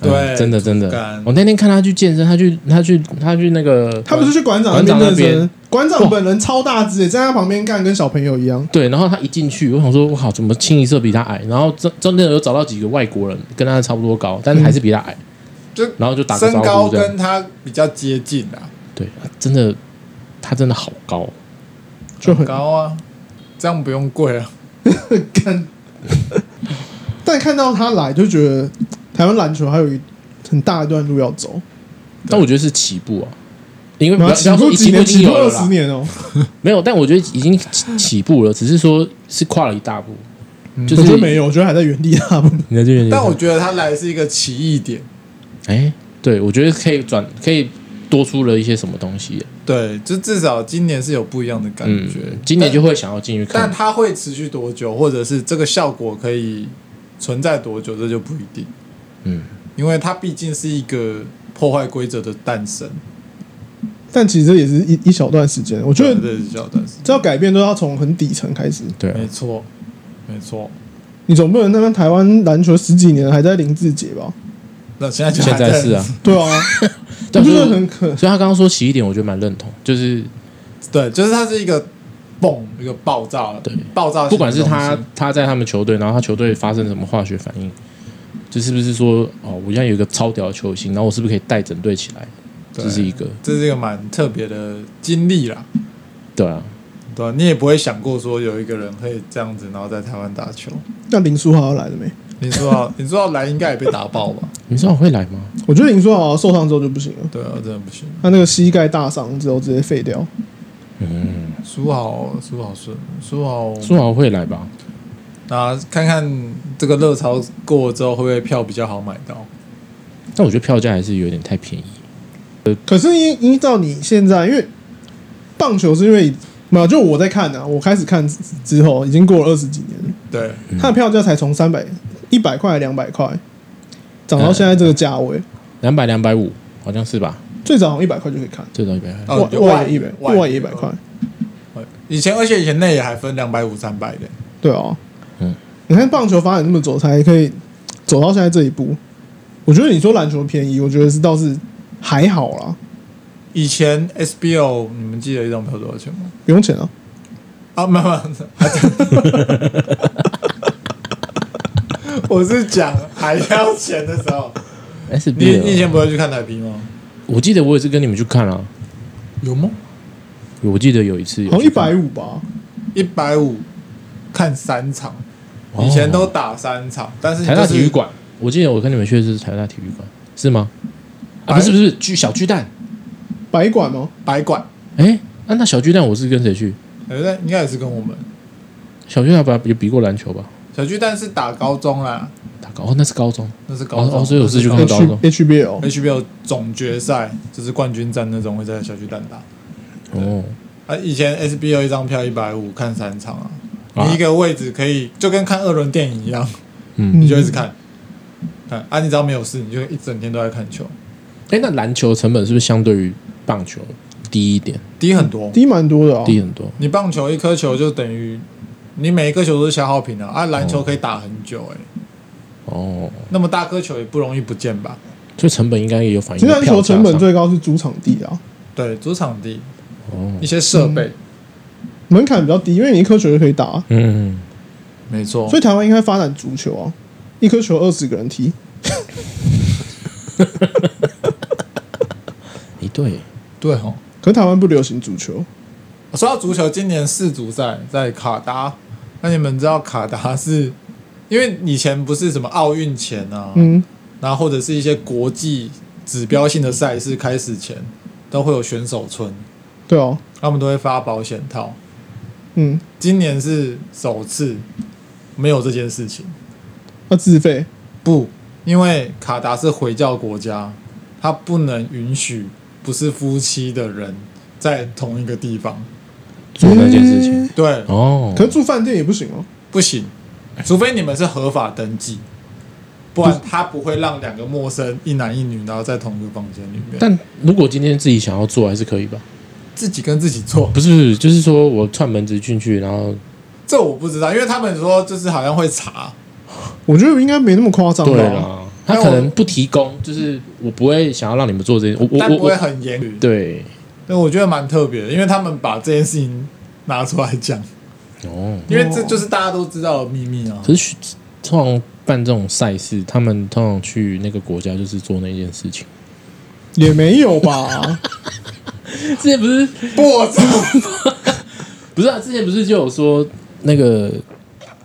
对真的真的竹竿，我那天看他去健身，他去他去他去那个，呃他不是去馆长馆长那那边边认真，馆哇长本人超大只，站在他旁边干跟小朋友一样。对，然后他一进去，我想说，我靠，怎么清一色比他矮？然后真真的有找到几个外国人跟他差不多高，但是还是比他矮，就然后就 打个身招高呼这样跟。他比较接近啊，对，真的，他真的好高，就很高啊，这样不用跪啊。干。但看到他来，就觉得台湾篮球还有一很大一段路要走。但我觉得是起步啊，因为不然要后不起要步几年，说起步已经起步有二了十啦，年哦，没有，但我觉得已经起起步了，只是说是跨了一大步，就我觉是得没有，我觉得还在原地踏步。你在这边，但我觉得他来是一个奇异点，哎，对我觉得可以转，可以多出了一些什么东西，对，就至少今年是有不一样的感嗯觉。，今年就会想要进去但，但看，他会持续多久，或者是这个效果可以存在多久，这就不一定，嗯，因为它毕竟是一个破坏规则的诞生。但其实这也是一一小段时间，我觉得对这是叫诞生，这要改变都要从很底层开始。对啊没错，没错。你总不能他们台湾篮球十几年还在林志杰吧？那现在就现还在是啊，对啊，但这是不是很可所以他刚刚说起一点，我觉得蛮认同，就是对，就是它是一个蹦，一个爆炸，对爆炸性的东西。不管是他他在他们球队，然后他球队发生什么化学反应，就是不是说哦，我现在有一个超屌的球星，然后我是不是可以带整队起来？对这是一个这是一个蛮特别的经历啦，对啊，对吧、你也不会想过说有一个人可以这样子，然后在台湾打球。那林书豪要来了没？你说到你说到来应该也被打爆吧？你知道我会来吗？我觉得林书豪受伤之后就不行了，对啊，真的不行。他那个膝盖大伤之后直接废掉。嗯，苏豪，苏豪顺，苏豪，说好会来吧？那看看这个热潮过了之后会不会票比较好买到？但我觉得票价还是有点太便宜。可是依依照你现在，因为棒球是因为没有，就我在看啊，我开始看之之后已经过了二十几年了，对，他的票价才从三百一百块两百块涨到现在这个价位，两百两百五好像是吧？最早一百块就可以看，最少一百块，哦外有外外野一百外野外野一百块，以前而且以前内野还分两百五、三百的，对啊，嗯你看棒球发展那么久，才可以走到现在这一步。我觉得你说篮球便宜，我觉得是倒是还好啦，以前 SBO 你们记得一张票多少钱吗？不用钱啊。啊，没有，没有 我是讲还要钱的时候。你你 SB，以前不会去看台啤吗？我记得我也是跟你们去看啊，有吗？我记得有一次有好像哦一去看百五吧，一百五看三场，哦以前都打三场，但是台大就是体育馆，我记得我跟你们去的是台大体育馆，是吗？啊，哎不是不是，巨小巨蛋，百馆吗？白馆，哎，啊那小巨蛋我是跟谁去？对不对？哎应该也是跟我们小巨蛋吧也比过篮球吧？小巨蛋是打高中啦，打高哦，那是高中，那是高中，哦哦所以我是去看那高 H 中 HBL HBL 总决赛，就是冠军战那种会在小巨蛋打。哦，啊，以前 SBL 一张票一百五看三场啊，啊你一个位置可以就跟看二轮电影一样，嗯你就一直看。看啊，你只要没有事，你就一整天都在看球，哎，那篮球成本是不是相对于棒球低一点，低很多。嗯低蛮多的哦。低很多？你棒球一颗球就等于你每一颗球都是消耗品啊，啊，篮球可以打很久哎、哦，那么大颗球也不容易不见吧？所以成本应该也有反其映实在篮票球价成本上最高是主场地啊，对，主场地哦，一些设备，门槛比较低，因为你一颗球就可以打啊，嗯，没错所以台湾应该发展足球啊，一颗球二十个人踢，一对对哦。可是台湾不流行足哦球，说到足球，今年世足赛在卡达，那你们知道卡达是因为以前不是什么奥运前啊，嗯，然后或者是一些国际指标性的赛事开始前，都会有选手村，对哦，他们都会发保险套。嗯，今年是首次没有这件事情，要自费，不，因为卡达是回教国家，他不能允许不是夫妻的人在同一个地方，做那件事情欸，对，哦，可是住饭店也不行哦，不行，除非你们是合法登记，不然他不会让两个陌生一男一女然后在同一个房间里面，但如果今天自己想要做，还是可以吧？自己跟自己做，不是，就是说我串门子进去，然后这我不知道，因为他们说就是好像会查，我觉得应该没那么夸张对吧，啦，他可能不提供，就是我不会想要让你们做这件，我但我不会我很严我厉。对但我觉得蛮特别的，因为他们把这件事情拿出来讲，哦，因为这就是大家都知道的秘密啊。可是去通常办这种赛事，他们通常去那个国家就是做那件事情。也没有 吧，之前不是我操！不是啊，之前不是就有说那个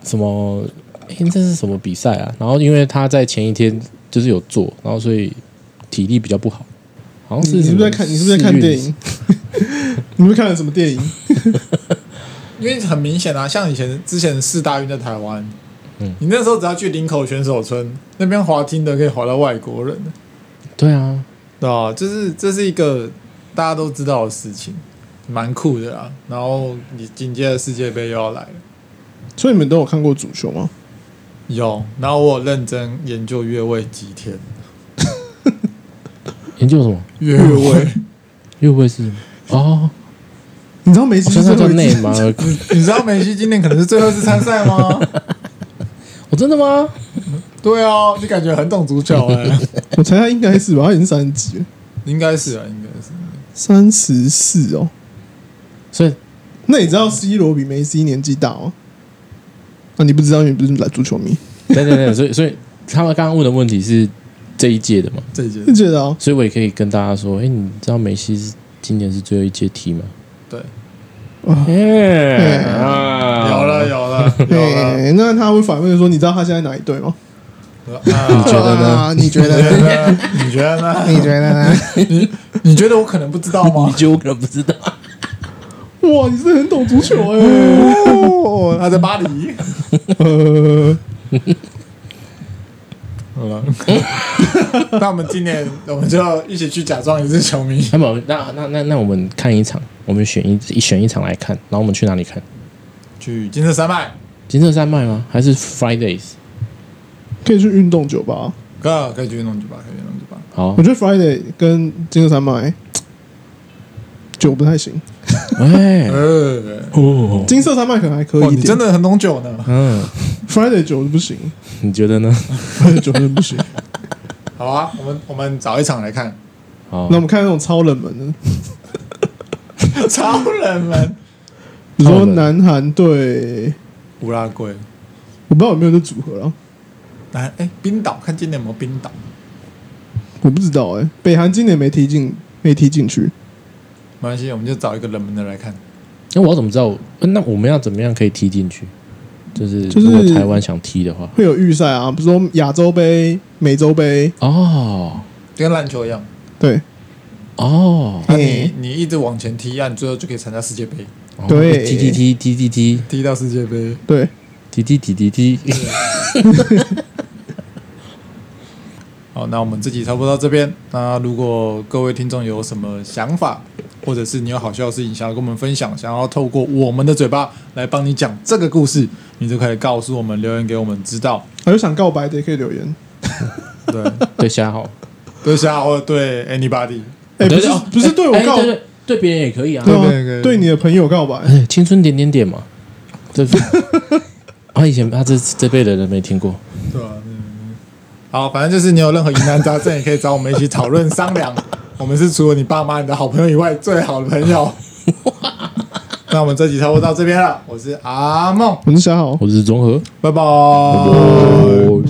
什么，诶这是什么比赛啊？然后因为他在前一天就是有做，然后所以体力比较不好，好像你是你是什不是么在看你是不是在看四月电 影？你是不是看了什么电影？因为很明显啊，像以前之前四大运在台湾，嗯你那时候只要去林口选手村那边滑听的，可以滑到外国人，对啊，对啊，就是这是一个大家都知道的事情，蛮酷的啊。然后你紧接着世界杯又要来了，所以你们都有看过足啊球吗？有，然后我有认真研究越位几天，研究什么越位，又不会是哦，你知道梅我西身是上叫最后一内次马 尔， 你知道梅西今年可能是最后一次参赛 吗？我哦真的吗？对啊，你感觉很懂足球哎、我猜他应该是吧，他已经三十几了，应该是啊，应该是。三十四哦。所以那你知道 C 罗比梅西年纪大吗？啊，你不知道，因为你不是足球迷，等等等，所以所以他们刚刚问的问题是这一届的嘛？这一届是觉得啊，所以我也可以跟大家说，哎、你知道梅西是今年是最后一届踢吗？对，哦哎嗯啊有了，有 了，有了。对，那他会反问说，你知道他现在哪一队吗？啊觉得呢啊你觉 你觉得？得呢？你觉得呢？你觉得呢？你觉得我可能不知道吗你？就可能不知道。哇，你真的很懂足球哎！ 哦，他在巴黎。呃， 好了， 那我们今年我们就一起去假装你是球迷。 那么，那那那那我们看一场，我们选一一选一场来看，然后我们去哪里看？去金色山脉，金色山脉吗？还是 Fridays？可以去运动酒吧。可可以去运动酒吧，可以去运动酒吧。 好我，觉得 Friday 跟金色山脉酒不太行，哎，呃，哦，金色山脉可能还可哇，以一你真点的很懂酒呢。嗯， ，Friday 酒不行你觉得呢？ ，Friday 酒真的 不行。哦好啊，我们我们找一场来看。 好那我，们看那种超冷门的，超人们，比如超说冷南韩对，乌拉圭，我不知道有没有这组合啊了，来，哎，冰岛，看今年有没有冰岛？我不知道哎、北韩今年没踢进，没踢进去，没关系，我们就找一个冷门的来看。那我要怎么知道？那我们要怎么样可以踢进去？就是就是如果台湾想踢的话，会有预赛啊，比如说亚洲杯、美洲杯，哦就跟篮球一样，对哦，那你嘿你一直往前踢，按最后就可以参加世界杯，哦对踢踢踢踢踢踢踢到世界杯。对，踢踢踢踢踢，好，那我们这集差不多到这边。那如果各位听众有什么想法，或者是你有好笑的事情想要跟我们分享，想要透过我们的嘴巴来帮你讲这个啊故事，你就可以告诉我们留言给我们知道。还有想告白的也可以留言，对，对瞎好，对虾或者对 anybody，哎，不对是对哦不是对我哎告对对对别人也可以啊，对啊对对对对你的朋友告白，哎青春点点点嘛，这 啊以前他这这辈的人没听过，对吧？嗯好，反正就是你有任何疑难杂症，也可以找我们一起讨论商量。我们是除了你爸妈、你的好朋友以外最好的朋友。那我们这集差不多到这边了，我是阿梦，我是小好。我是综合。拜拜。哦